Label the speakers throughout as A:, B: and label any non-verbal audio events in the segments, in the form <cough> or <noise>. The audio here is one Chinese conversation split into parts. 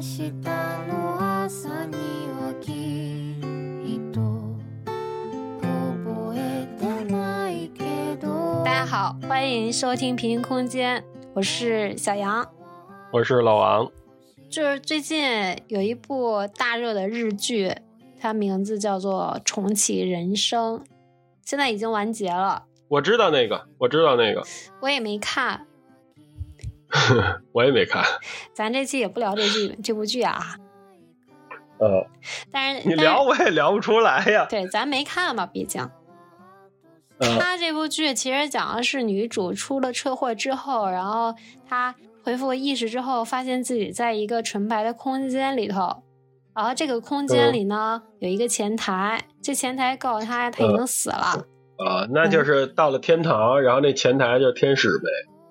A: 日の朝にはきっと覚えてないけど
B: 大家好，欢迎收听平行空间，我是小杨。
C: 我是老王，
B: 就是最近有一部大热的日剧，它名字叫做《重启人生》，现在已经完结了，
C: 我知道那个，我知道那个， <laughs>
B: 我也没看。
C: 我也没看。
B: 咱这期也不聊这剧这部剧啊，
C: 呃，
B: 但是
C: <laughs> 你聊我也聊不出来呀
B: 但是。对，咱没看嘛，毕竟。
C: 嗯
B: 他这部剧其实讲的是女主出了车祸之后，然后她恢复意识之后，发现自己在一个纯白的空间里头，然后这个空间里呢、有一个前台，这前台告诉她她已经死了。
C: 啊，那就是到了天堂，然后那前台就是天使呗。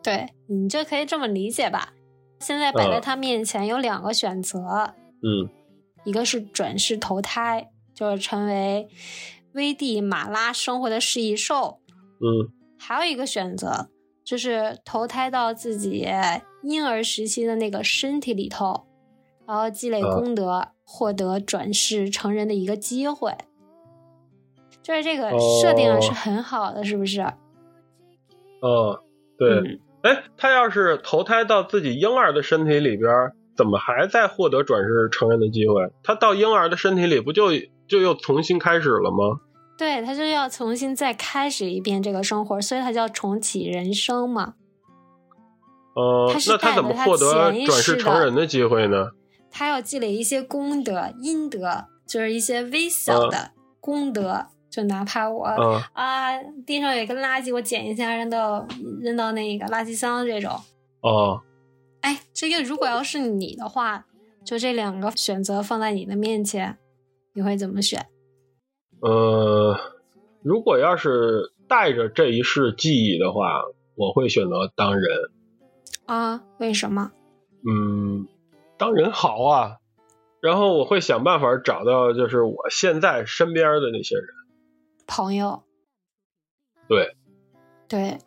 B: 对你就可以这么理解吧。现在摆在
C: 嗯
B: 她面前有两个选择，
C: 嗯，
B: 一个是转世投胎，就是成为危地马拉生活的食蚁兽。
C: 嗯
B: 还有一个选择就是投胎到自己婴儿时期的那个身体里头，然后积累
C: 嗯
B: 功德，获得转世成人的一个机会。就是这个设定
C: 哦
B: 是很好的，是不是？
C: 哦，对。
B: 嗯，
C: 哎，他要是投胎到自己婴儿的身体里边儿，怎么还在获得转世成人的机会？他到婴儿的身体里不就就又重新开始了吗？
B: 对，他就要重新再开始一遍这个生活，所以他叫重启人生嘛。
C: 哦、
B: 他是
C: 那他怎么获
B: 带着他
C: 得
B: 潜意识的
C: 转世成人的机会呢？
B: 他要积累一些功德、阴德，就是一些微小
C: 嗯
B: 的功德，就哪怕我
C: 啊，
B: 啊，地上有一个垃圾，我捡一下扔到扔到那个垃圾箱这种。
C: 哦，
B: 哎，这个如果要是你的话，就这两个选择放在你的面前，你会怎么选？
C: 呃，如果要是带着这一世记忆的话，我会选择当人。
B: 啊？为什么？
C: 嗯，当人好啊。然后我会想办法找到，就是我现在身边的那些人。
B: 朋友，
C: 对，
B: 对，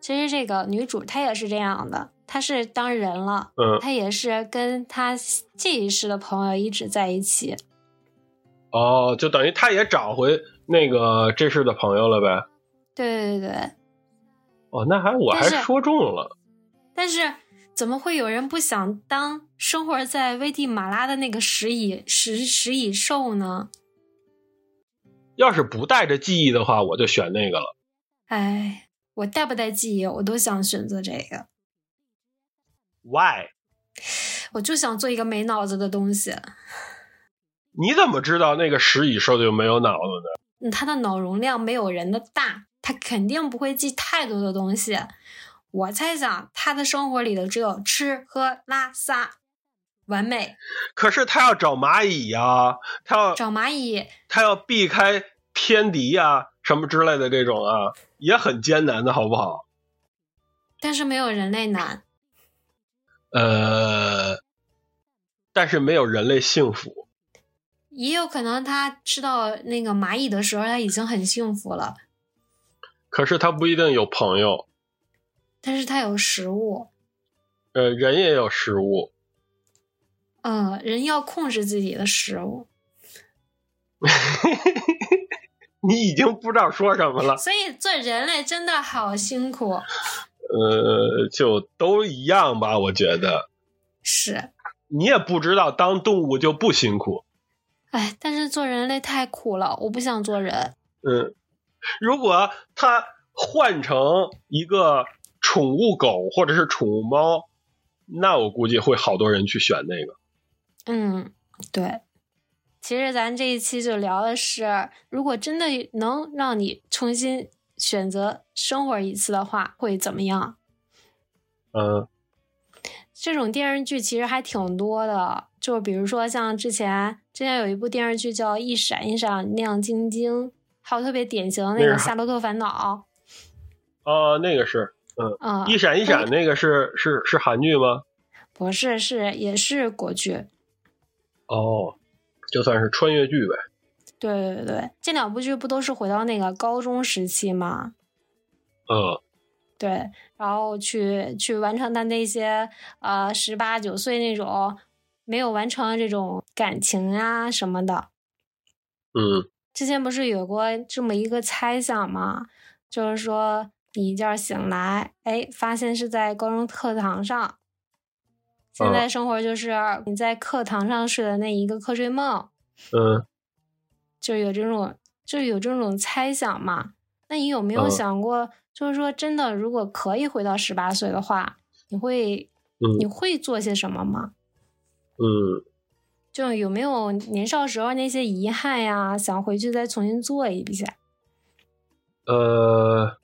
B: 其实这个女主她也是这样的，她是当人了，
C: 嗯，
B: 她也是跟她这一世的朋友一直在一起。
C: 哦，就等于他也找回那个这世的朋友了呗。
B: 对对对，
C: 哦，那还我还
B: 但是
C: 说中了。
B: 但是怎么会有人不想当生活在危地马拉的那个食蚁食食蚁兽呢？
C: 要是不带着记忆的话，我就选那个了。
B: 哎，我带不带记忆，我都想选择这个，
C: Why？
B: 我就想做一个没脑子的东西。
C: 你怎么知道那个食蚁兽就没有脑子呢？
B: 嗯它的脑容量没有人的大，它肯定不会记太多的东西。我猜想，他的生活里头只有吃喝拉撒，完美。
C: 可是他要找蚂蚁呀、他要
B: 找蚂蚁，
C: 他要避开天敌呀、什么之类的这种啊，也很艰难的，好不好？
B: 但是没有人类难。
C: 呃，但是没有人类幸福。
B: 也有可能他吃到那个蚂蚁的时候，他已经很幸福了。
C: 可是他不一定有朋友，
B: 但是它有食物。
C: 呃，人也有食物。
B: 嗯，人要控制自己的食物，
C: 你已经不知道说什么了，
B: 所以做人类真的好辛苦。
C: 呃，就都一样吧，我觉得。
B: 是，
C: 你也不知道当动物就不辛苦，
B: 哎，但是做人类太苦了，我不想做人。
C: 嗯，如果它换成一个宠物狗或者是宠物猫，那我估计会好多人去选那个。
B: 嗯，对。其实咱这一期就聊的是，如果真的能让你重新选择生活一次的话，会怎么样？
C: 嗯
B: 这种电视剧其实还挺多的，就比如说像之前之前有一部电视剧叫《一闪一闪亮晶晶》，还有特别典型的那
C: 那
B: 个
C: 是
B: 《
C: 哈
B: 夏洛特烦
C: <laughs>
B: 恼》
C: 哦，那个是
B: 啊、
C: 一闪一闪，那个是是是韩剧吗？
B: 不是是也是国剧。
C: 哦，就算是穿越剧呗。
B: 对对对对，这两部剧不都是回到那个高中时期吗？
C: 嗯
B: 对，然后去去完成他那些呃十八九岁那种没有完成这种感情啊什么的。
C: 嗯
B: 之前不是有过这么一个猜想吗？就是说你一觉醒来，哎，发现是在高中课堂上。现在生活就是你在课堂上睡的那一个瞌睡梦，
C: 嗯
B: 就有这种就有这种猜想嘛。那你有没有
C: 嗯
B: 想过，就是说真的，如果可以回到十八岁的话，你会你
C: 嗯
B: 会做些什么吗？
C: 嗯，
B: 就有没有年少时候那些遗憾呀，想回去再重新做一下？
C: 呃，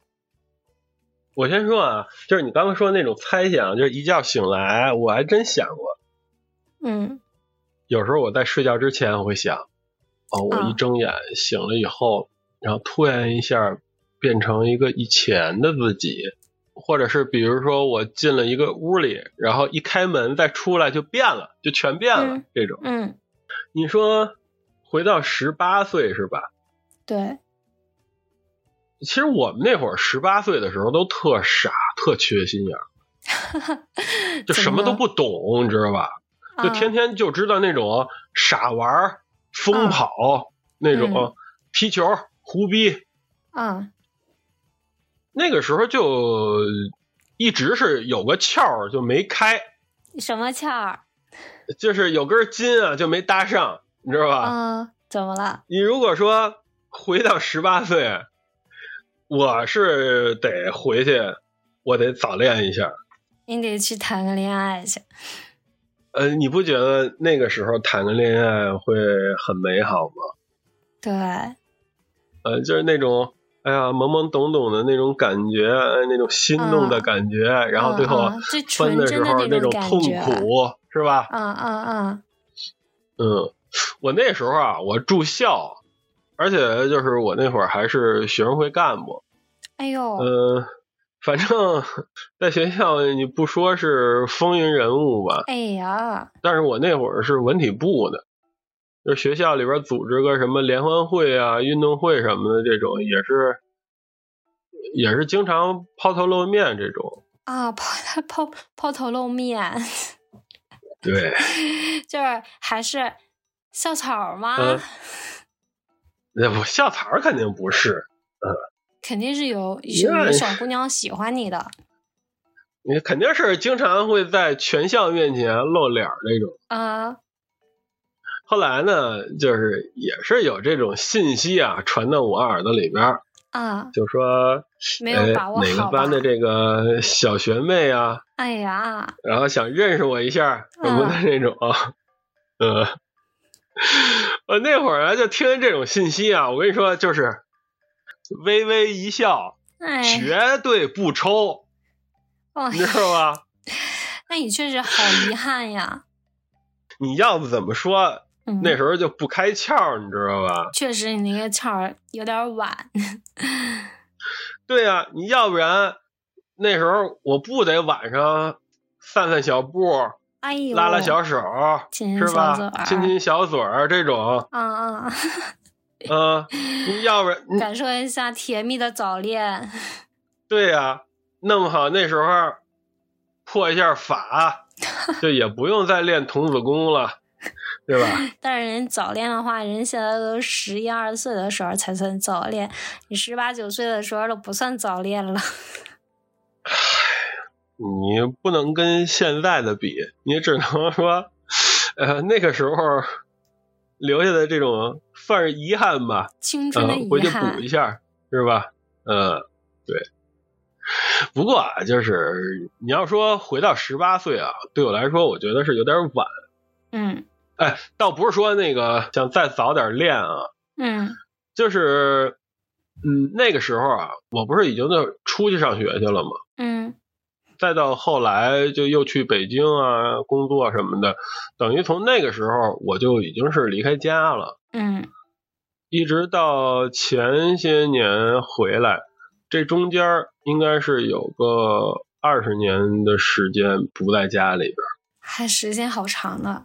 C: 我先说啊，就是你刚刚说的那种猜想，就是一觉醒来，我还真想过。
B: 嗯
C: 有时候我在睡觉之前，我会想，哦，我一
B: 啊
C: 睁眼醒了以后，然后突然一下变成一个以前的自己，或者是比如说我进了一个屋里，然后一开门再出来就变了，就全变了、
B: 嗯
C: 这种。
B: 嗯，
C: 你说回到十八岁是吧？
B: 对，
C: 其实我们那会儿十八岁的时候都特傻，特缺心眼儿，
B: <laughs>
C: 就什么都不懂，你知道吧？就
B: 啊
C: 天天就知道那种傻玩儿、疯跑、那种、
B: 嗯
C: 踢球、胡逼。
B: 啊，
C: 那个时候就一直是有个窍儿就没开，
B: 什么欠儿
C: 就是有根筋啊就没搭上，你知道吧？
B: 啊？怎么了？
C: 你如果说回到十八岁，我是得回去，我得早恋一下。
B: 你得去谈个恋爱去。
C: 呃，你不觉得那个时候谈个恋爱会很美好吗？
B: 对，
C: 呃，就是那种哎呀懵懵懂懂的那种感觉，哎那种心动的感觉，然后最后
B: 嗯嗯嗯最
C: 分
B: 纯
C: 的
B: 真
C: 时候
B: 那
C: 种
B: 感
C: 痛
B: 觉。
C: 苦，是吧？
B: 啊啊啊！
C: 嗯，我那时候啊，我住校，而且就是我那会儿还是学生会干部，
B: 哎呦，
C: 嗯，反正 <laughs> 在学校你不说是风云人物吧，
B: 哎呀，
C: 但是我那会儿是文体部的，就是学校里边组织个什么联欢会啊、运动会什么的，这种也是也是经常抛头露面这种。
B: 啊， <laughs> 抛抛抛头露面， <laughs>
C: 对，
B: 就是还是校草儿吗？
C: 嗯那我校草儿肯定不是，
B: 肯定是有有
C: 那
B: 有小姑娘喜欢你的。
C: 你肯定是经常会在全校面前露脸儿那种。
B: 啊，
C: 后来呢，就是也是有这种信息啊传到我耳朵里边儿，
B: 啊，
C: 就说
B: 没有把握
C: 呃、哪
B: 好
C: 个
B: 吧
C: 班的这个小学妹啊，
B: 哎呀，
C: 然后想认识我一下什
B: 嗯
C: 么的那种，呃，我那会儿啊就听这种信息啊，我跟你说就是微微一笑，
B: 哎，
C: 绝对不抽，
B: 哦
C: 你，知道吧？ <laughs>
B: 那你确实好遗憾呀。
C: 你要不怎么说
B: 嗯，
C: 那时候就不开窍，你知道吧？
B: 确实你那个窍儿有点晚。
C: 对呀、你要不然那时候我不得晚上散散小步，
B: <laughs> 哎呦，
C: 拉拉小手，
B: 亲亲
C: 是吧
B: 小嘴？儿
C: 亲亲小嘴儿这种，
B: 啊啊，<laughs>
C: <laughs> 嗯、你要不然你
B: 感受一下甜蜜的早恋。
C: 对呀、弄好那时候破一下法，就也不用再练童子功了，对吧？
B: 但是人早恋的话，人现在都十一二岁的时候才算早恋，你十八九岁的时候都不算早恋了。
C: 你不能跟现在的比，你只能说，呃，那个时候留下的这种算是遗憾吧，
B: 青春的
C: 呃，回
B: 遗
C: 去
B: 憾
C: 补一下，是吧？嗯，对。不过啊，就是你要说回到十八岁啊，对我来说，我觉得是有点晚。
B: 嗯
C: 哎，倒不是说那个想再早点练啊，
B: 嗯
C: 就是，嗯，那个时候啊，我不是已经就出去上学去了嘛，
B: 嗯
C: 再到后来就又去北京啊工作什么的，等于从那个时候我就已经是离开家了，
B: 嗯
C: 一直到前些年回来，这中间儿应该是有个二十年的时间不在家里边儿。
B: 还时间好长啊呢。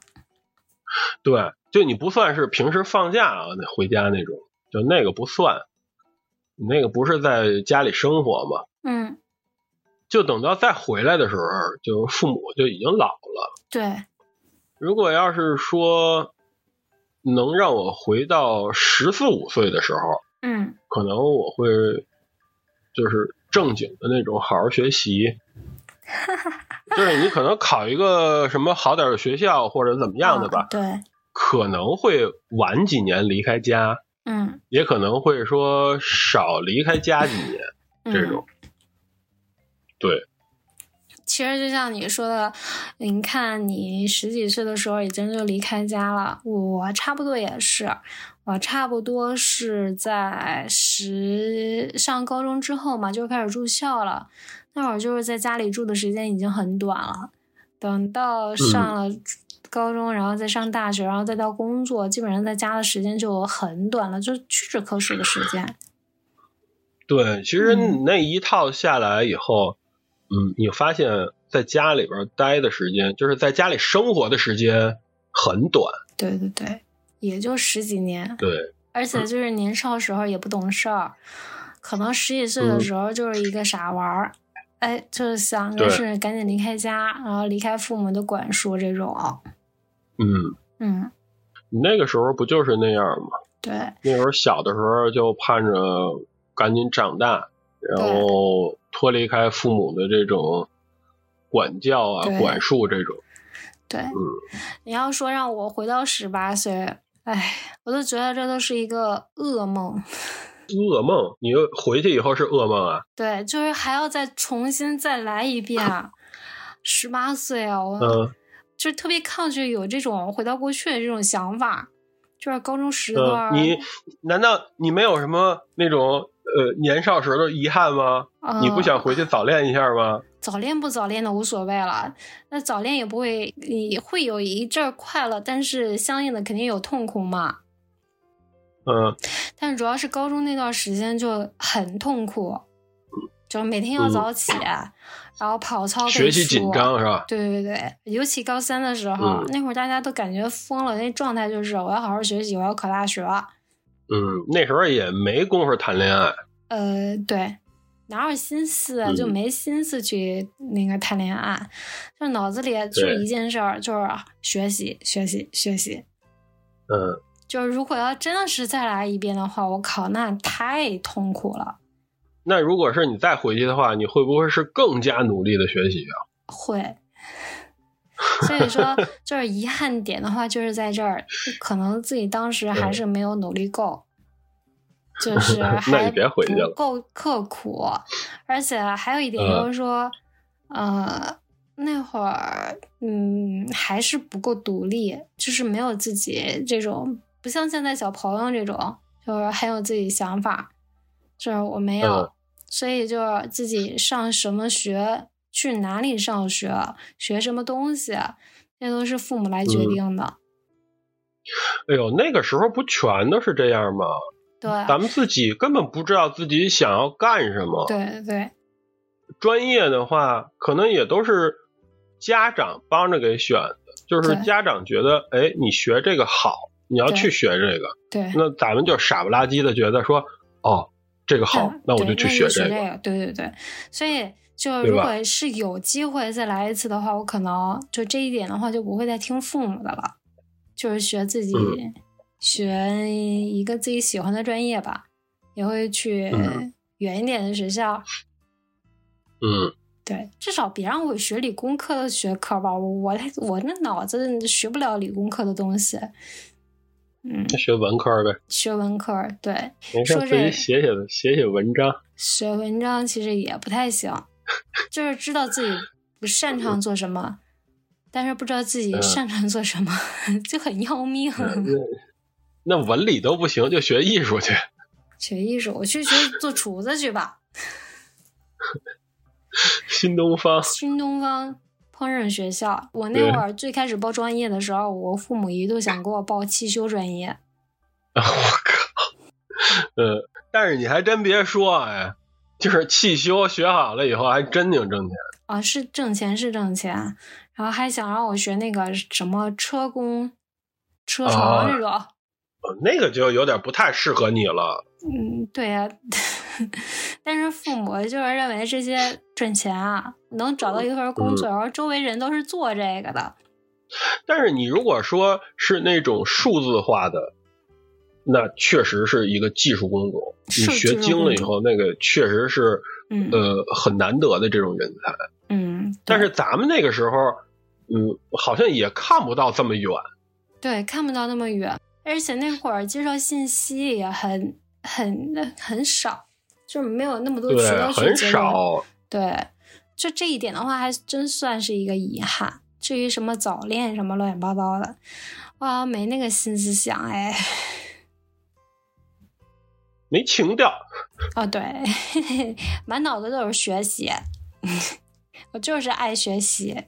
C: 对，就你不算是平时放假啊那回家那种，就那个不算，你那个不是在家里生活嘛。
B: 嗯，
C: 就等到再回来的时候，就父母就已经老了。
B: 对，
C: 如果要是说能让我回到十四五岁的时候，
B: 嗯
C: 可能我会就是正经的那种，好好学习。就是你可能考一个什么好点儿的学校或者怎么样的吧，
B: 嗯对，
C: 可能会晚几年离开家，
B: 嗯，
C: 也可能会说少离开家几年
B: 嗯
C: 这种。对，
B: 其实就像你说的，你看你十几岁的时候已经就离开家了，我差不多也是，我差不多是在十上高中之后嘛，就开始住校了。那会儿就是在家里住的时间已经很短了，等到上了高中，然后再上大学，然后再到工作，基本上在家的时间就很短了，就屈指可数的时间。
C: 对，其实
B: 嗯
C: 你那一套下来以后，嗯，你发现在家里边待的时间，就是在家里生活的时间很短。
B: 对对对，也就十几年。
C: 对，
B: 而且就是年少时候也不懂事儿，可能十几岁
C: 嗯
B: 的时候就是一个傻娃儿，哎，就是想着
C: 对
B: 是赶紧离开家，然后离开父母的管束这种。
C: 嗯，
B: 嗯，
C: 你那个时候不就是那样吗？
B: 对，
C: 那时候小的时候就盼着赶紧长大，然后脱离开父母的这种管教啊、
B: 对
C: 管束这种。
B: 对，
C: 嗯
B: 你要说让我回到十八岁，哎，我都觉得这都是一个噩梦。
C: 噩梦，你又回去以后是噩梦啊？
B: 对，就是还要再重新再来一遍。十八岁啊，我、
C: 嗯，
B: 就是特别抗拒有这种回到过去的这种想法，就是高中时段儿、
C: 嗯，你难道你没有什么那种呃年少时候的遗憾吗？
B: 呃
C: 你不想回去早恋一下吗？
B: 早恋不早恋的无所谓了，那早恋也不会，你会有一阵儿快乐，但是相应的肯定有痛苦嘛。
C: 嗯，
B: 但是主要是高中那段时间就很痛苦，就每天要早起，然后跑操背
C: 嗯学习
B: 书
C: 紧。张是吧？
B: 对对对，尤其高三的时候，
C: 嗯
B: 那会儿大家都感觉疯了，那状态就是我要好好学习，我要考大学。
C: 嗯，那时候也没工夫谈恋爱。
B: 呃，对，哪有心思啊？就
C: 嗯
B: 没心思去那个谈恋爱，就脑子里啊就
C: 对
B: 一件事儿，就是啊学习，学习，学习。
C: 嗯，
B: 就是如果要真的是再来一遍的话，我靠，那太痛苦了。
C: 那如果是你再回去的话，你会不会是更加努力的学习啊？
B: 会。所以说，
C: <laughs>
B: 就是遗憾点的话，就是在这儿，就可能自己当时还是没有努力够，
C: <laughs>
B: 就是
C: 嗯那
B: 还
C: 你别回去了
B: 不够刻苦，而且还有一点
C: 嗯
B: 就是说，呃，那会儿嗯还是不够独立，就是没有自己这种，不像现在小朋友这种，就是很有自己想法，就是我没有，
C: 嗯
B: 所以就是自己上什么学，去哪里上学，学什么东西，那都是父母来决
C: 嗯
B: 定的。
C: 哎呦，那个时候不全都是这样吗？咱们自己根本不知道自己想要干什么。
B: 对对对
C: 专业的话，可能也都是家长帮着给选的，就是
B: 对
C: 家长觉得，哎，你学这个好，你要
B: 对
C: 去学这个。
B: 对，
C: 那咱们就傻不拉几的觉得说，哦，这个好
B: 嗯，
C: 那我
B: 对
C: 就去
B: 学
C: 学这个。
B: 个。对对对，所以就
C: 对
B: 如
C: 吧
B: 果是有机会再来一次的话，我可能就这一点的话就不会再听父母的了，就是学自己、
C: 嗯
B: 学一个自己喜欢的专业吧，也会去
C: 嗯
B: 远一点的学校。
C: 嗯，
B: 对，至少别让我学理工科的学科吧，我我我那脑子学不了理工科的东西。嗯，
C: 那学文科呗，
B: 学文科儿对，
C: 没事
B: 说
C: 自己
B: 这
C: 写写写写
B: <laughs>
C: 文章。
B: 学文章其实也不太行，就是知道自己不擅长做什么，但是不知道自己
C: 嗯
B: 擅长做什么， <laughs> 就很要命。
C: 那文理都不行，就学艺术去。 <laughs>
B: 学艺术，我去学做厨子去吧。
C: 新东方， <laughs>
B: 新东方烹饪学校，我那会儿最开始报专业的时候，我父母一度想给我报汽修专业，
C: 啊，我靠，嗯，但是你还真别说，哎，就是汽修学好了以后，还真挺挣钱。
B: 啊，是挣钱是挣钱，然后还想让我学那个什么车工、车床
C: 啊
B: 这种。
C: 哦那个就有点不太适合你了。
B: 嗯，对呀、 <laughs> 但是父母就是认为
C: 嗯
B: 这些赚钱啊，能找到一份工作，然后周围人都是做这个的，
C: 但是你如果说是那种数字化的，那确实是一个技术工种。你
B: 是技
C: 学
B: 术
C: 精了
B: 工
C: 以
B: 种
C: 后，那个确实是
B: 嗯
C: 呃很难得的这种人才。
B: 嗯，
C: 但
B: 对
C: 是咱们那个时候，嗯，好像也看不到这么远。
B: 对看不到那么远，而且那会儿接受信息也很很很少，就是没有那么多渠
C: 对，
B: 道去
C: 很
B: 接触
C: 少。
B: 对，就这一点的话，还真算是一个遗憾。至于什么早恋什么乱七八糟的，哇，没那个心思想哎。
C: 没情调，
B: 哦，对， <laughs> 满脑子都是学习， <laughs> 我就是爱学习。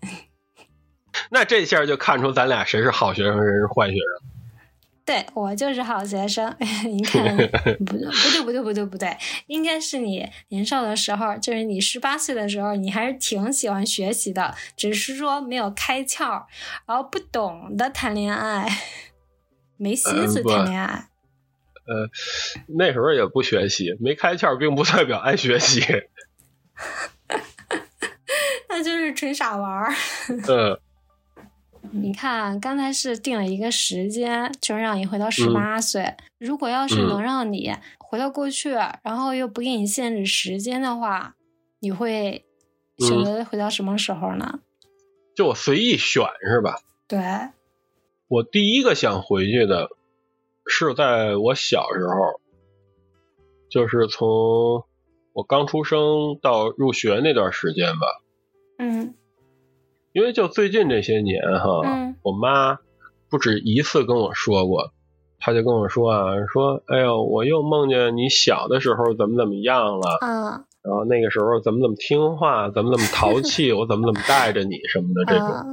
C: 那这下就看出咱俩谁是好学生，谁是坏学生。
B: 对我就是好学生， <laughs> 你
C: <laughs>
B: 看，不对，不对，不对，不对，不对，应该是你年少的时候，就是你十八岁的时候，你还是挺喜欢学习的，只是说没有开窍，然后不懂得谈恋爱， <laughs> 没心思
C: 嗯不
B: 谈恋爱。
C: 呃，那时候也不学习，没开窍，并不代表爱
B: <laughs>
C: 学习。
B: 那就是纯傻玩儿。
C: 嗯，
B: 你看，刚才是定了一个时间，就是让你回到
C: 嗯
B: 十八岁。如果要是能让你回到过去，然后又不给你限制时间的话，你会
C: 嗯
B: 选择回到什么时候呢？
C: 就我随意选是吧？
B: 对，
C: 我第一个想回去的是在我小时候，就是从我刚出生到入学那段时间吧。
B: 嗯
C: 因为就最近这些年哈，
B: 嗯
C: 我妈不止一次跟我说过，她就跟我说啊，说哎呦，我又梦见你小的时候怎么怎么样了，
B: 啊
C: 然后那个时候怎么怎么听话，怎么怎么
B: <laughs>
C: 淘气，我怎么怎么带着你什么的这种。
B: 啊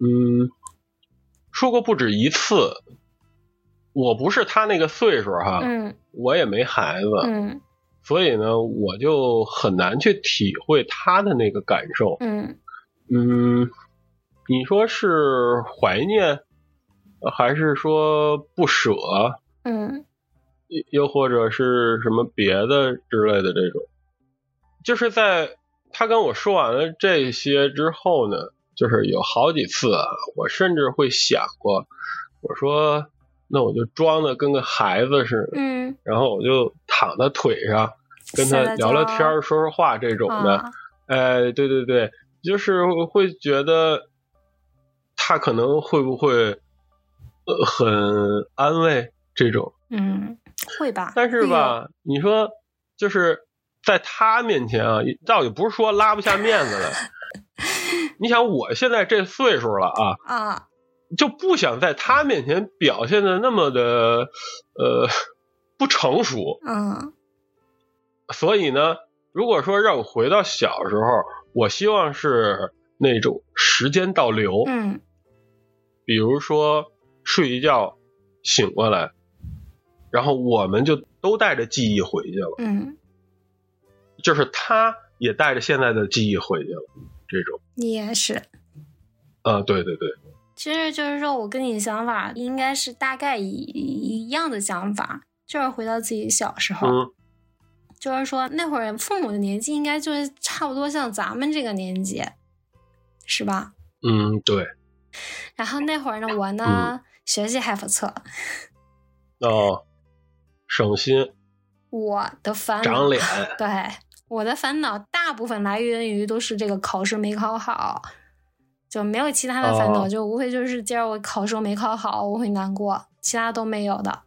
C: 嗯，说过不止一次。我不是他那个岁数哈，
B: 嗯
C: 我也没孩子，
B: 嗯
C: 所以呢，我就很难去体会他的那个感受。
B: 嗯
C: 嗯，你说是怀念，还是说不舍，
B: 嗯
C: 又又或者是什么别的之类的这种？就是在他跟我说完了这些之后呢，就是有好几次啊，我甚至会想过，我说那我就装的跟个孩子似的，
B: 嗯，
C: 然后我就躺在腿上跟他聊聊天儿、说说话这种的。
B: 啊，
C: 哎，对对对，就是会觉得他可能会不会呃很安慰这种，
B: 嗯，会吧？
C: 但是
B: 会有，
C: 吧，你说就是在他面前啊，倒也不是说拉不下面子来。你想我现在这岁数了啊，
B: 啊，
C: 就不想在他面前表现的那么的呃不成熟，
B: 嗯
C: 所以呢，如果说让我回到小时候，我希望是那种时间倒流，
B: 嗯
C: 比如说睡一觉醒过来，然后我们就都带着记忆回去了，
B: 嗯，
C: 就是他也带着现在的记忆回去了，这种
B: 你也是。
C: 啊，对对对，
B: 其实就是说我跟你想法应该是大概一一样的想法，就是回到自己小时候，
C: 嗯
B: 就是说那会儿父母的年纪应该就是差不多像咱们这个年纪，是吧？
C: 嗯，对，
B: 然后那会儿呢，我
C: 嗯
B: 呢、学习还不错，
C: 哦，省心
B: 我的烦恼
C: 长脸，
B: 对我的烦恼大部分来源于都是这个考试没考好，就没有其他的烦恼，
C: 哦
B: 就无非就是今儿我考试没考好，我会难过，其他都没有的。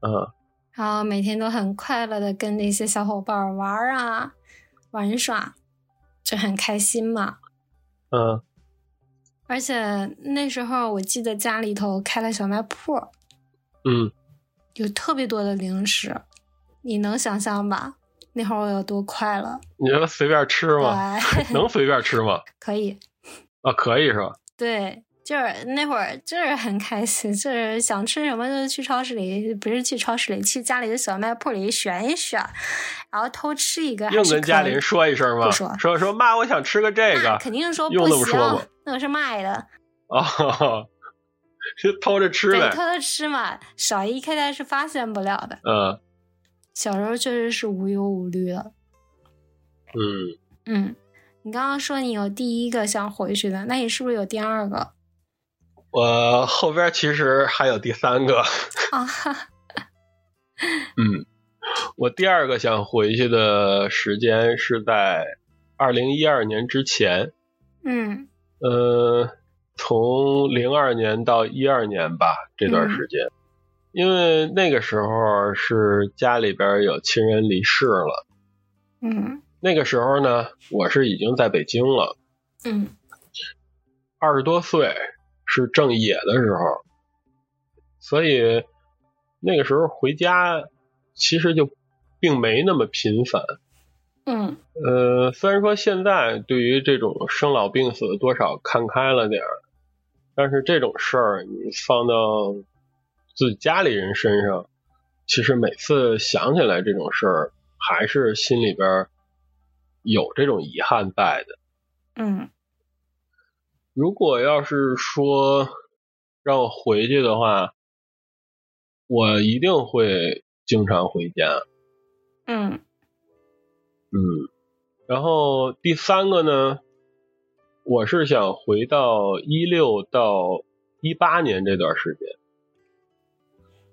C: 嗯
B: 然后每天都很快乐的跟那些小伙伴儿玩儿啊、玩耍，就很开心嘛。
C: 嗯
B: 而且那时候我记得家里头开了小卖铺儿，
C: 嗯，
B: 有特别多的零食，你能想象吧？那会儿我有多快乐？
C: 你说随便吃吗？
B: 对， <laughs>
C: 能随便吃吗？
B: 可以，
C: 啊，可以是吧？
B: 对。就是那会儿，就是很开心，就是想吃什么就去超市里，不是去超市里，去家里的小卖铺里选一选，然后偷吃一个还是
C: 硬
B: 可以。
C: 跟家里人说一声吗？
B: 不说
C: 说说妈，我想吃个这
B: 那
C: 个
B: 肯定说
C: 用
B: 不
C: 那么
B: 行
C: 说吗，
B: 那个是卖的，
C: 哦，是偷着吃
B: 对，
C: 呗
B: 偷。偷吃嘛，少一开单是发现不了的。
C: 嗯
B: 小时候确实是无忧无虑嗯的。
C: 嗯，
B: 嗯，你刚刚说你有第一个想回去的，那你是不是有第二个？
C: 我后边其实还有第三个，
B: 啊，哈
C: 嗯，我第二个想回去的时间是在二零一二年之前，
B: 嗯
C: 呃，从零二年到一二年吧这段
B: 嗯
C: 时间，因为那个时候是家里边有亲人离世了，
B: 嗯
C: 那个时候呢，我是已经在北京了，
B: 嗯
C: 二十多岁是正野的时候，所以那个时候回家其实就并没那么频繁。
B: 嗯
C: 呃，虽然说现在对于这种生老病死多少看开了点儿，但是这种事儿你放到自己家里人身上，其实每次想起来这种事儿，还是心里边儿有这种遗憾在的。
B: 嗯
C: 如果要是说让我回去的话，我一定会经常回家。
B: 嗯
C: 嗯，然后第三个呢，我是想回到一六到一八年这段时间，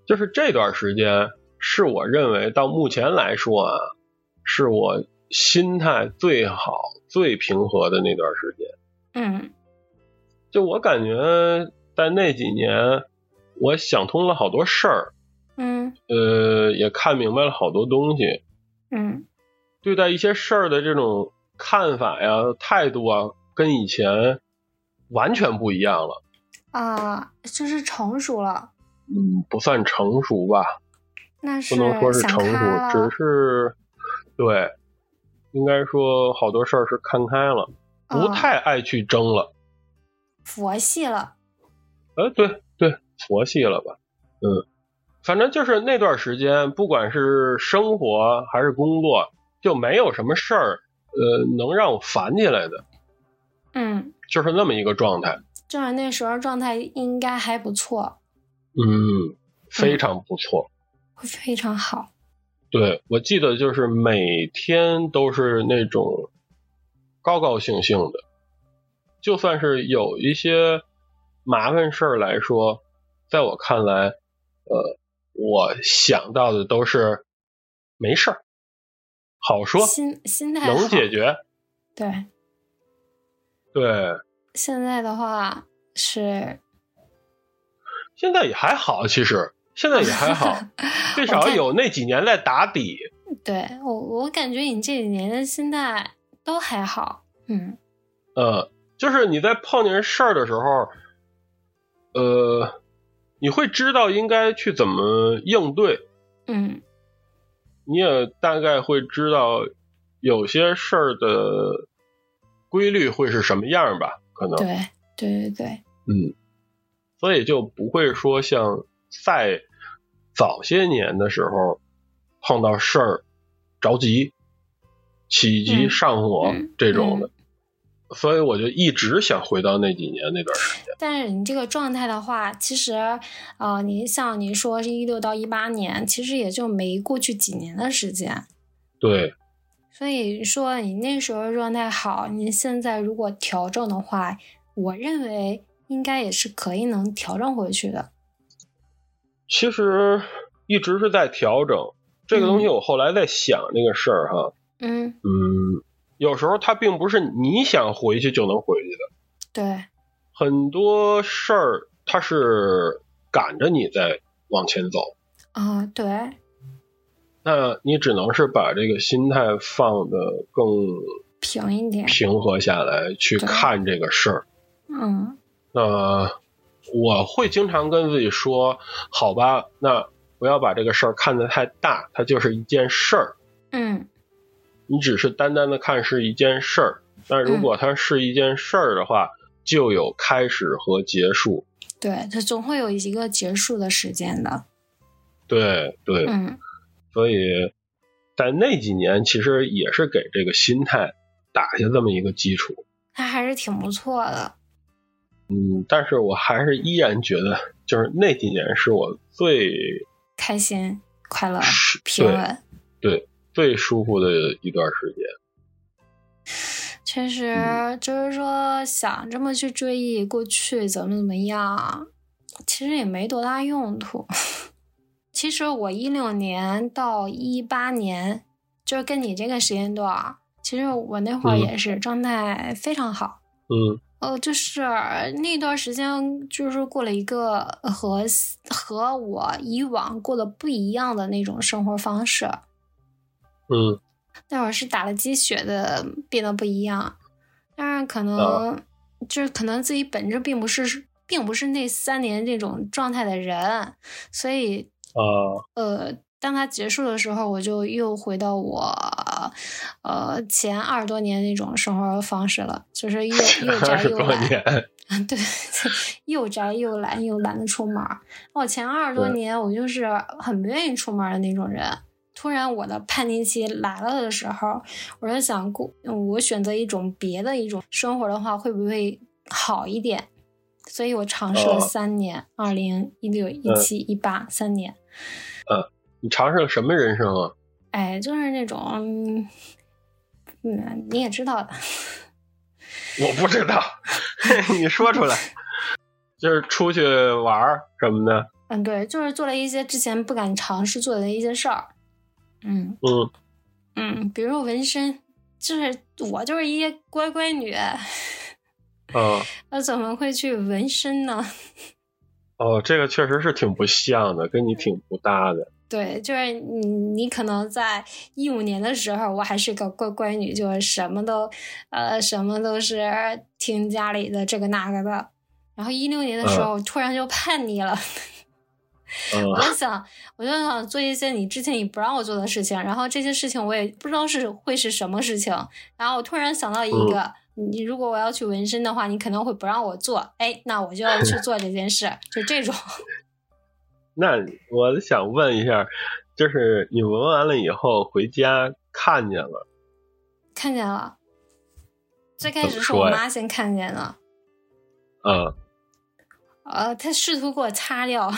C: 就是这段时间是我认为到目前来说啊，是我心态最好、最平和的那段时间。
B: 嗯
C: 就我感觉在那几年，我想通了好多事儿，
B: 嗯
C: 呃，也看明白了好多东西，
B: 嗯
C: 对待一些事儿的这种看法呀、态度啊，跟以前完全不一样了。
B: 啊，就是成熟了，
C: 嗯，不算成熟吧，
B: 那是
C: 不能说是
B: 想
C: 成熟
B: 开，了，
C: 只是对，应该说好多事儿是看开了，不
B: 啊
C: 太爱去争了。
B: 佛系了，
C: 呃，对对，佛系了吧？嗯，反正就是那段时间，不管是生活还是工作，就没有什么事儿，呃，能让我烦起来的，
B: 嗯，
C: 就是那么一个状态。
B: 正好那时候状态应该还不错，
C: 嗯，非常不错。
B: 会非常好，
C: 对我记得就是每天都是那种高高兴兴的，就算是有一些麻烦事儿来说，在我看来，呃，我想到的都是没事儿，好说，
B: 心心态
C: 能
B: 好
C: 解决。
B: 对，
C: 对，
B: 现在的话是，
C: 现在也还好，其实现在也还好
B: <laughs>
C: 至
B: 我
C: 少
B: 看
C: 有那几年在打底。
B: 对我，我感觉你这几年的心态都还好，嗯
C: 呃，就是你在碰见事儿的时候，呃，你会知道应该去怎么应对，
B: 嗯
C: 你也大概会知道有些事儿的规律会是什么样吧，可能，
B: 对对对对，
C: 嗯，所以就不会说像在早些年的时候碰到事儿着急、起急
B: 嗯
C: 上火、
B: 嗯
C: 这种的。所以我就一直想回到那几年那段时间。
B: 但是你这个状态的话，其实呃，你像你说是一六到一八年，其实也就没过去几年的时间，
C: 对，
B: 所以说你那时候状态好，你现在如果调整的话，我认为应该也是可以能调整回去的，
C: 其实一直是在调整这个东西。
B: 嗯
C: 我后来在想这个事儿哈，
B: 嗯，
C: 嗯，有时候它并不是你想回去就能回去的，
B: 对，
C: 很多事儿它是赶着你在往前走，
B: 啊、对，
C: 那你只能是把这个心态放得更
B: 平一点，
C: 平和下来，去
B: 对
C: 看这个事儿。
B: 嗯
C: 那我会经常跟自己说，好吧，那不要把这个事儿看得太大，它就是一件事儿。
B: 嗯
C: 你只是单单的看是一件事儿，但
B: 嗯
C: 如果它是一件事儿的话，就有开始和结束。
B: 对，它总会有一个结束的时间的。
C: 对对，
B: 嗯
C: 所以在那几年其实也是给这个心态打下这么一个基础。，
B: 它还是挺不错的。
C: 嗯，但是我还是依然觉得，就是那几年是我最
B: 开心、快乐
C: 是、
B: 平
C: 对
B: 稳，
C: 最舒服的一段时间。
B: 确
C: 嗯
B: 实，就是说想这么去追忆过去怎么怎么样，其实也没多大用途。 <laughs> 其实我一六年到一八年，就是跟你这个时间段，其实我那会儿
C: 嗯
B: 也是状态非常好。
C: 嗯
B: 呃，就是那段时间，就是过了一个呃和和我以往过的不一样的那种生活方式。
C: 嗯
B: 那会儿是打了鸡血的，变得不一样。但是可能、
C: 啊
B: 就是可能自己本质并不是，并不是那三年这种状态的人，所以
C: 啊
B: 呃，当它结束的时候，我就又回到我呃前二十多年那种生活方式了，就是又又
C: 二
B: 宅
C: 十 <laughs>
B: 又
C: 多
B: 懒。
C: 年，
B: 啊， <laughs> 对，又宅又懒又懒得出门儿。我前二十多
C: 对
B: 年，我就是很不愿意出门儿的那种人。突然我的叛逆期来了的时候，我就想过，嗯我选择一种别的一种生活的话，会不会好一点？所以我尝试了
C: 哦嗯
B: 三年，二零一六、一七、一八三年。
C: 你尝试了什么人生啊？
B: 哎，就是那种，嗯嗯，你也知道的， <laughs>
C: <laughs> 我不知道，你说出来。就是出去玩儿什么的，
B: 嗯，对，就是做了一些之前不敢尝试做的一些事儿。嗯，
C: 嗯，
B: 嗯，比如纹身，就是我就是一乖乖女， <laughs>
C: 啊，
B: 我怎么会去纹身呢？ <laughs>
C: 哦，这个确实是挺不像的，跟你挺不搭的。
B: 对，就是你，你可能在一五年的时候，我还是个乖乖女，就是什么都，呃，什么都是听家里的这个那个的。然后一六年的时候，我突然就叛逆了，我
C: 嗯
B: 就想，我就想做一些你之前你不让我做的事情，然后这些事情我也不知道是会是什么事情，然后我突然想到一个，
C: 嗯
B: 你如果我要去纹身的话，你肯定会不让我做，哎，那我就要
C: <laughs>
B: 去做这件事，就这种。
C: 那我想问一下，就是你纹完了以后回家看见了，
B: 看见了，最开
C: 怎
B: 始
C: 么
B: 是
C: 说
B: 我
C: 呀
B: 妈先看见的，
C: 嗯，
B: 呃，她试图给我擦掉，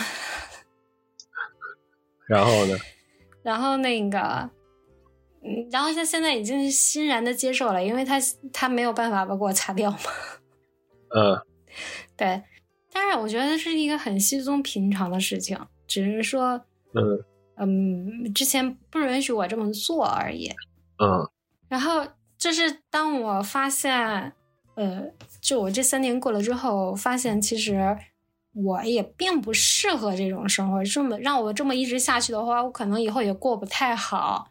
C: 然后呢？
B: 然后那个。嗯，然后她现在已经欣然的接受了，因为她她没有办法把给我擦掉嘛。
C: 嗯，
B: 对，但是我觉得是一个很稀松平常的事情，只是说，
C: 嗯
B: 嗯，之前不允许我这么做而已。
C: 嗯
B: 然后就是当我发现，呃，就我这三年过了之后，发现其实我也并不适合这种生活。这么让我这么一直下去的话，我可能以后也过不太好。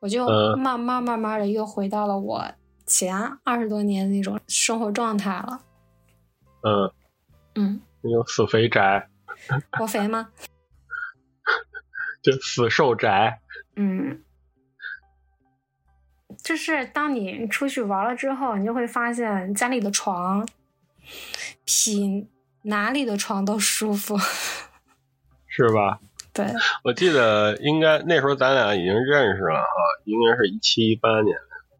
B: 我就
C: 嗯
B: 慢慢慢慢的又回到了我前二十多年那种生活状态了。
C: 嗯，
B: 嗯，
C: 那种死肥宅，
B: 我肥吗？
C: 就死瘦宅。
B: 嗯，就是当你出去玩了之后，你就会发现家里的床比哪里的床都舒服。
C: 是吧？
B: 对，
C: 我记得应该那时候咱俩已经认识了哈，应该是一七一八年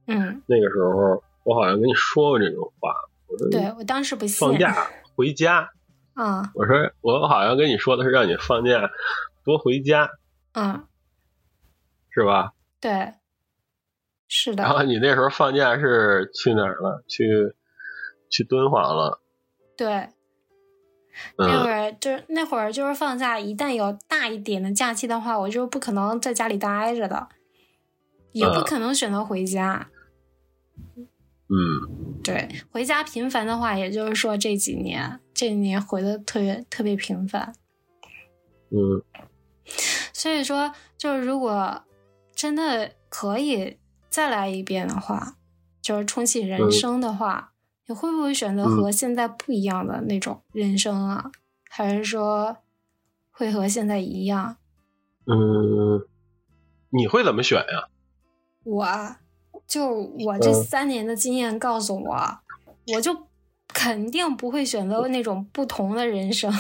B: 嗯，
C: 那个时候，我好像跟你说过这种话。我说
B: 对我当时不信
C: 放假回家，
B: 啊，
C: 我说我好像跟你说的是让你放假多回家，
B: 嗯，
C: 是吧？
B: 对，是
C: 然后
B: 的，
C: 你那时候放假是去哪儿了？去去敦煌了。
B: 对。那会
C: 嗯
B: 儿就是那会儿就是放假，一旦有大一点的假期的话，我就不可能在家里待着的，也不
C: 嗯
B: 可能选择回家。
C: 嗯
B: 对，回家频繁的话，也就是说这几年，这几年回的特别特别频繁。
C: 嗯
B: 所以说，就是如果真的可以再来一遍的话，就是重启人生的话，你会不会选择和现在不一样的那种人生啊？还是说会和现在一样？
C: 嗯，你会怎么选呀？
B: 我啊就我这
C: 嗯
B: 三年的经验告诉我，我就肯定不会选择那种不同的人生。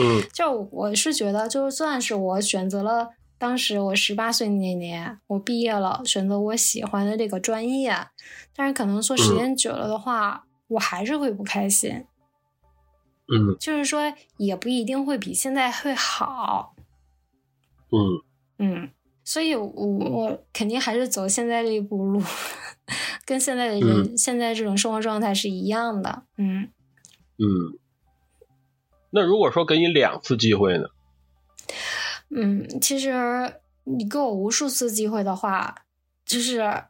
C: 嗯
B: 就我是觉得，就算是我选择了当时我十八岁那年，我毕业了，选择我喜欢的这个专业，但是可能做时间久了的话，我还是会不开心。
C: 嗯
B: 就是说，也不一定会比现在会好。嗯
C: 嗯
B: 嗯，所以我我肯定还是走现在这一步路。 <laughs> 跟现在的人、现在这种生活状态是一样的。嗯，
C: 嗯，那如果说给你两次机会呢？
B: 嗯，其实你给我无数次机会的话，就是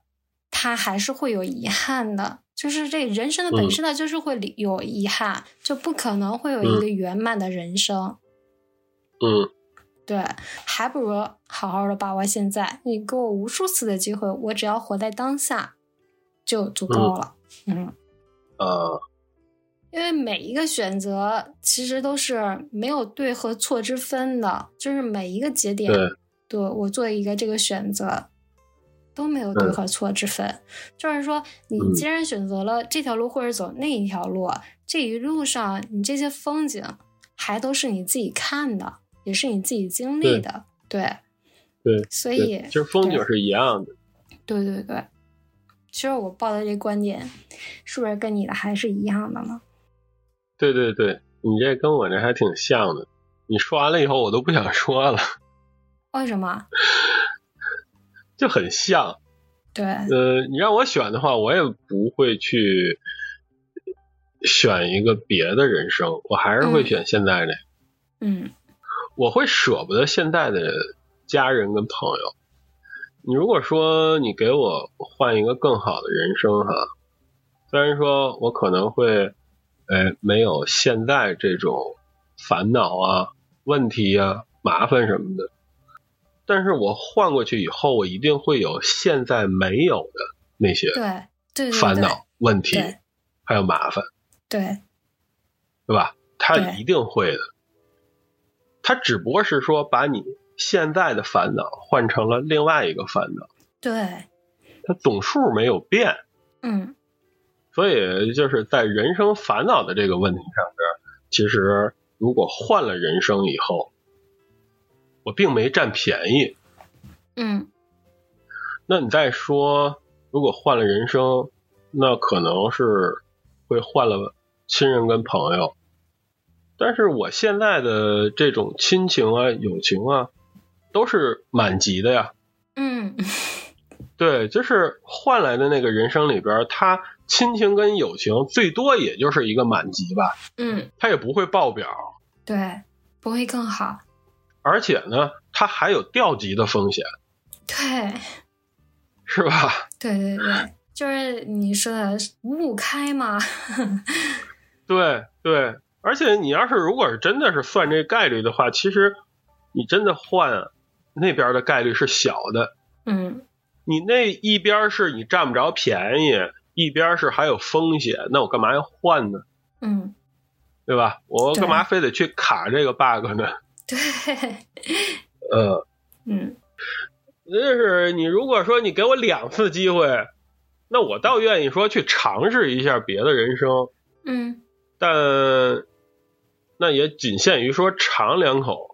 B: 他还是会有遗憾的。就是这人生的本
C: 嗯
B: 身呢，就是会里有遗憾，就不可能会有一个圆满的人生。
C: 嗯
B: 对，还不如好好的把握现在。你给我无数次的机会，我只要活在当下就足够了。嗯
C: 啊，
B: 因为每一个选择其实都是没有对和错之分的，就是每一个节点，
C: 对，
B: 对我做一个这个选择，都没有对和错之分。就是说，你
C: 嗯
B: 既然选择了这条路，或者走那一条路，这一路上你这些风景还都是你自己看的，也是你自己经历的，对
C: 对
B: 所以
C: 对，其实风景是一样的。
B: 对对对。其实我报的这观点，是不是跟你的还是一样的呢？
C: 对对对，你这跟我这还挺像的。你说完了以后，我都不想 <laughs> 说了，
B: 为什么？
C: 就很像。
B: 对， <laughs>
C: 呃，你让我选的话，我也不会去选一个别的人生，我还是会
B: 嗯
C: 选现在的。
B: 嗯
C: 我会舍不得现在的家人跟朋友。你如果说你给我换一个更好的人生哈，虽然说我可能会，呃，没有现在这种烦恼啊、问题啊、麻烦什么的，但是我换过去以后，我一定会有现在没有的那些
B: 对对对对，
C: 烦恼、问题
B: 对，
C: 还有麻烦。
B: 对
C: 对吧？他
B: 对
C: 一定会的。他只不过是说把你现在的烦恼换成了另外一个烦恼，
B: 对，
C: 它总数没有变。
B: 嗯
C: 所以就是在人生烦恼的这个问题上边儿，其实如果换了人生以后，我并没占便宜。
B: 嗯
C: 那你再说，如果换了人生，那可能是会换了亲人跟朋友，但是我现在的这种亲情啊、友情啊，都是满级的呀。
B: 嗯，
C: 对，就是换来的那个人生里边，他亲情跟友情最多也就是一个满级吧，
B: 嗯，
C: 他也不会爆表，
B: 对，不会更好，
C: 而且呢，他还有掉级的风险，
B: 对
C: 是吧？
B: 对对对，就是你说的五五开嘛，
C: 对对，而且你要是如果是真的是算这概率的话，其实你真的换那边的概率是小的，
B: 嗯
C: 你那一边是你占不着便宜，一边是还有风险，那我干嘛要换呢？
B: 嗯，
C: 对吧？我
B: 对
C: 干嘛非得去卡这个 bug 呢？
B: 对，
C: 嗯，
B: 嗯
C: 就是你如果说你给我两次机会，那我倒愿意说去尝试一下别的人生，
B: 嗯，
C: 但那也仅限于说尝两口。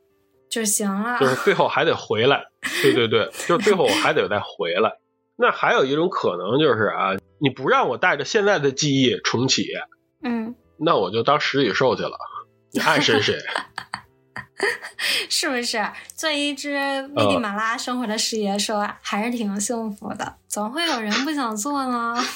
B: 就行了
C: 就，是最后还得回来。对对对，就是最后我还得再回来。那还有一种可能就是啊，你不让我带着现在的记忆重启，
B: 嗯，
C: 那我就当实体兽去了，你爱谁谁。
B: 是不是？做一只
C: 呃
B: 危地马拉生活的事业说还是挺幸福的，总会有人不想做呢。 <laughs>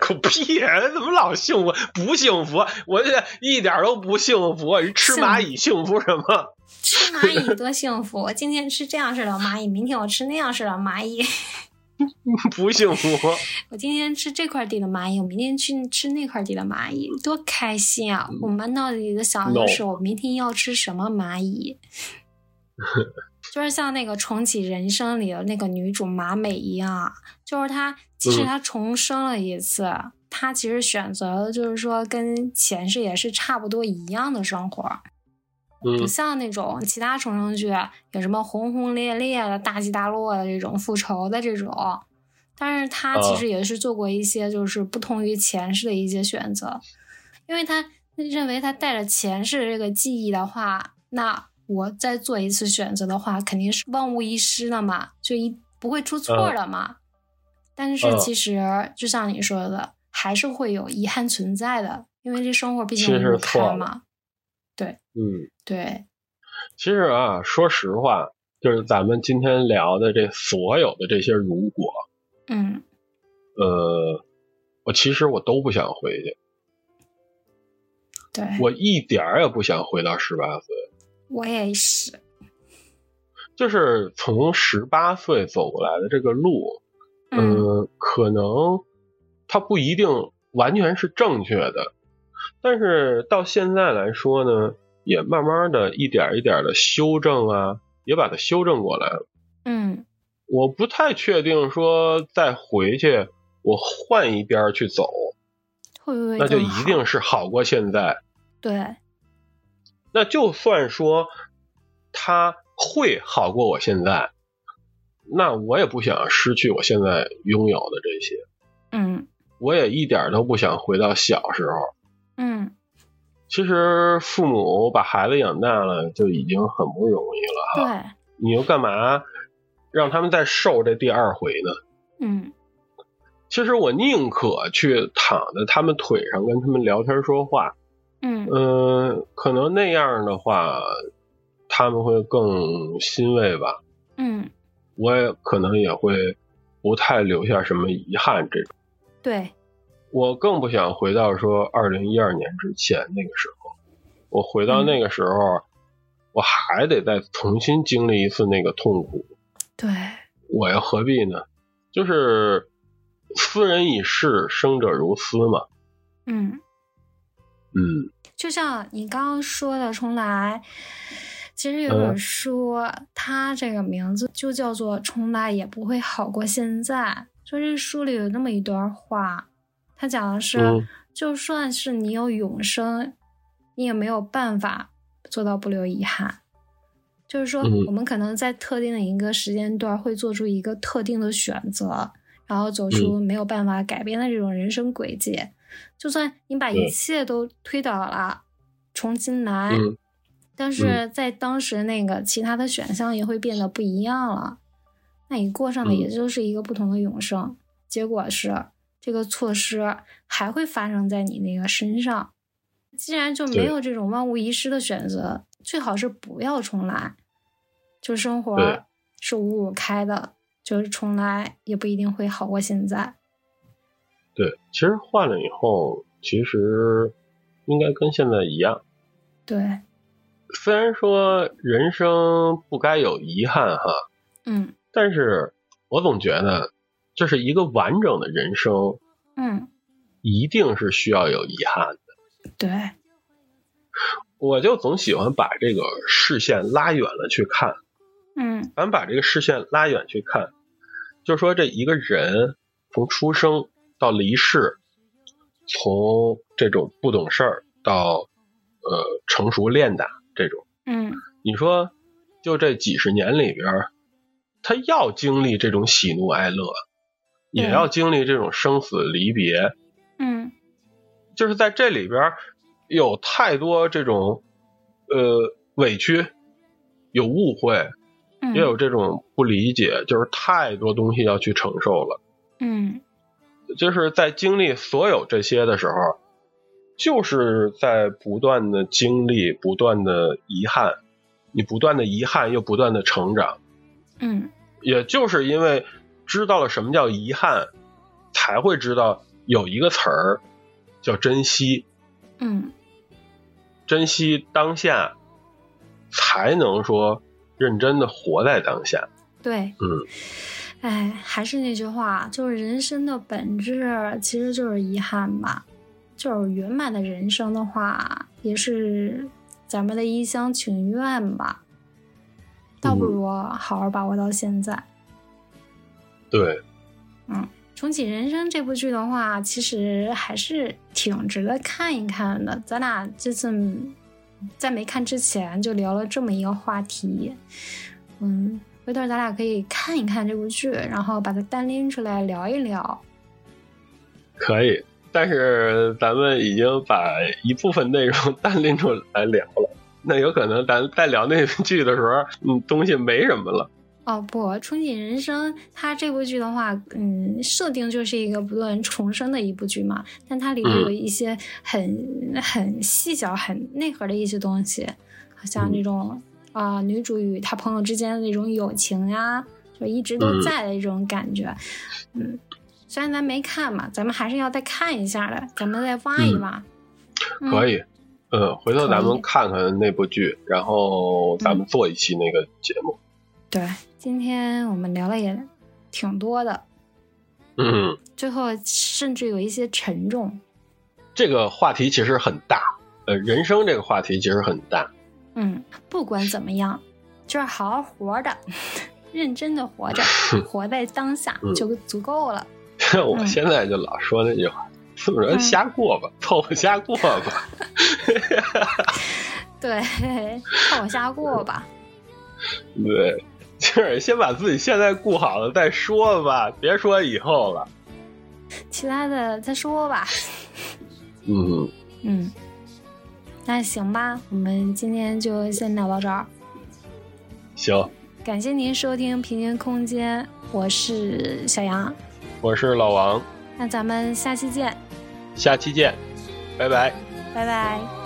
C: 狗屁！怎么老幸福不幸福？我这一点都不幸福，吃蚂蚁幸福什么？ <laughs>
B: 吃蚂蚁多幸福！我今天吃这样式的蚂蚁，明天我吃那样式的蚂蚁。
C: 不幸福。嗯
B: 我今天吃这块地的蚂蚁，我明天去吃那块地的蚂蚁，多开心啊！我满脑子里的想的
C: 嗯 No
B: 是我明天要吃什么蚂
C: <laughs>
B: 蚁，就是像那个重启人生里的那个女主马美一样，就是她即使
C: 嗯
B: 她重生了一次，她其实选择的就是说跟前世也是差不多一样的生活，不
C: 嗯
B: 像那种其他重生剧啊有什么轰轰烈烈的、大起大落的这种复仇的这种，但是他
C: 哦
B: 其实也是做过一些就是不同于前世的一些选择，因为他认为他带着前世的这个记忆的话，那我再做一次选择的话，肯定是万无一失的嘛，就一不会出错的嘛。但是
C: 嗯
B: 其实就像你说的，还是会有遗憾存在的，因为这生活毕
C: 其
B: 竟
C: 实
B: 离不
C: 错
B: 开
C: 了
B: 嘛。
C: 嗯，
B: 对，
C: 其实啊，说实话，就是咱们今天聊的这所有的这些如果，
B: 嗯
C: 呃，我其实我都不想回去，
B: 对，
C: 我一点儿也不想回到十八岁，
B: 我也是，
C: 就是从十八岁走过来的这个路，
B: 嗯
C: 呃，可能它不一定完全是正确的，但是到现在来说呢，也慢慢的一点儿一点儿的修正啊，也把它修正过来了。
B: 嗯
C: 我不太确定说再回去，我换一边儿去走，
B: 会不会
C: 那就
B: 更
C: 一
B: 好
C: 定是好过现在。
B: 对，
C: 那就算说他会好过我现在，那我也不想失去我现在拥有的这些，
B: 嗯
C: 我也一点都不想回到小时候。
B: 嗯，
C: 其实父母把孩子养大了就已经很不容易了，
B: 对，
C: 你又干嘛让他们再受这第二回呢？
B: 嗯
C: 其实我宁可去躺在他们腿上跟他们聊天说话，
B: 嗯
C: 嗯，可能那样的话他们会更欣慰吧。
B: 嗯，
C: 我也可能也会不太留下什么遗憾这种。
B: 对，
C: 我更不想回到说二零一二年之前那个时候，我回到那个时候，我还得再重新经历一次那个痛苦，
B: 对，
C: 我又何必呢？就是斯人已逝，生者如斯嘛。
B: 嗯，
C: 嗯，
B: 就像你刚刚说的，重来。其实
C: 嗯
B: 有本书，它这个名字就叫做《重来也不会好过现在》。就这书里有那么一段话，它讲的是，啊
C: 嗯
B: 就算是你有永生，你也没有办法做到不留遗憾。就是说
C: 嗯，
B: 我们可能在特定的一个时间段会做出一个特定的选择，然后
C: 嗯
B: 走出没有办法改变的这种人生轨迹。就算你把一
C: 对
B: 切都推倒了，重新来，
C: 嗯
B: 但是在当时那个其他的选项也会变得不一样了。那你过上的
C: 嗯
B: 也就是一个不同的永生，结果是这个措施还会发生在你那个身上。既然就没
C: 对
B: 有这种万无一失的选择，最好是不要重来。就生
C: 对
B: 活是五五开的，就是重来也不一定会好过现在。
C: 对，其实换了以后，其实应该跟现在一样。
B: 对，
C: 虽然说人生不该有遗憾哈，
B: 嗯
C: 但是我总觉得，就是一个完整的人生，
B: 嗯，
C: 一定是需要有遗憾的。
B: 对，
C: 我就总喜欢把这个视线拉远了去看，
B: 嗯
C: 咱们把这个视线拉远去看，就说这一个人从出生到离世，从这种不懂事儿到呃成熟练达这种。
B: 嗯
C: 你说，就这几十年里边儿，他要经历这种喜怒哀乐，也要经历这种生死离别，
B: 嗯，
C: 就是在这里边儿有太多这种呃委屈，有误会，
B: 嗯
C: 也有这种不理解，就是太多东西要去承受了。
B: 嗯
C: 就是在经历所有这些的时候，就是在不断的经历，不断的遗憾，你不断的遗憾又不断的成长。
B: 嗯
C: 也就是因为知道了什么叫遗憾，才会知道有一个词儿叫珍惜，
B: 嗯，
C: 珍惜当下，才能说认真的活在当下。
B: 对，
C: 嗯，
B: 哎，还是那句话，就是人生的本质其实就是遗憾吧。就是圆满的人生的话，也是咱们的一厢情愿吧。倒不如好好把握到现在。
C: 对，
B: 重启人生这部剧的话，其实还是挺值得看一看的。咱俩这次嗯在没看之前就聊了这么一个话题，嗯，回头咱俩可以看一看这部剧，然后把它单拎出来聊一聊。
C: 可以。但是咱们已经把一部分内容 <laughs> 单拎出来聊了，那有可能咱在聊那部剧的时候，嗯，东西没什么了。
B: 哦不，重启人生，它这部剧的话，嗯，设定就是一个不断重生的一部剧嘛，但它里面
C: 嗯
B: 有一些很、很细小、很内核的一些东西，好
C: 嗯
B: 像这种啊、女主与她朋友之间的那种友情呀、就一直都
C: 嗯
B: 在的一种感觉，嗯，虽然咱没看嘛，咱们还是要再看一下的，咱们再挖一挖。嗯
C: 可以，嗯，回头咱
B: 可以嗯
C: 们看看那部剧，然后咱们做一期那个节目。
B: 对，今天我们聊了也挺多的，
C: 嗯，
B: 最后甚至有一些沉重。
C: 这个话题其实很大，呃，人生这个话题其实很大。 <laughs>
B: 嗯，不管怎么样，就是好好活着， <laughs> 认真的活着，活在当下
C: 嗯
B: 就足够了。
C: 我
B: 嗯
C: 现在就老说那句话，怎么说
B: 嗯
C: 瞎过吧， <laughs> 凑合瞎
B: <laughs>
C: 过吧。
B: 对， <laughs> 靠我瞎过吧。
C: 对，就是先把自己现在顾好了再说吧，别说以后了。
B: 其他的再说吧。
C: 嗯，
B: 嗯，那行吧，我们今天就先聊到这儿。
C: 行，
B: 感谢您收听《平行空间》，我是小杨，
C: 我是老王，
B: 那咱们下期见，
C: 下期见，拜拜。
B: 拜拜。
A: 「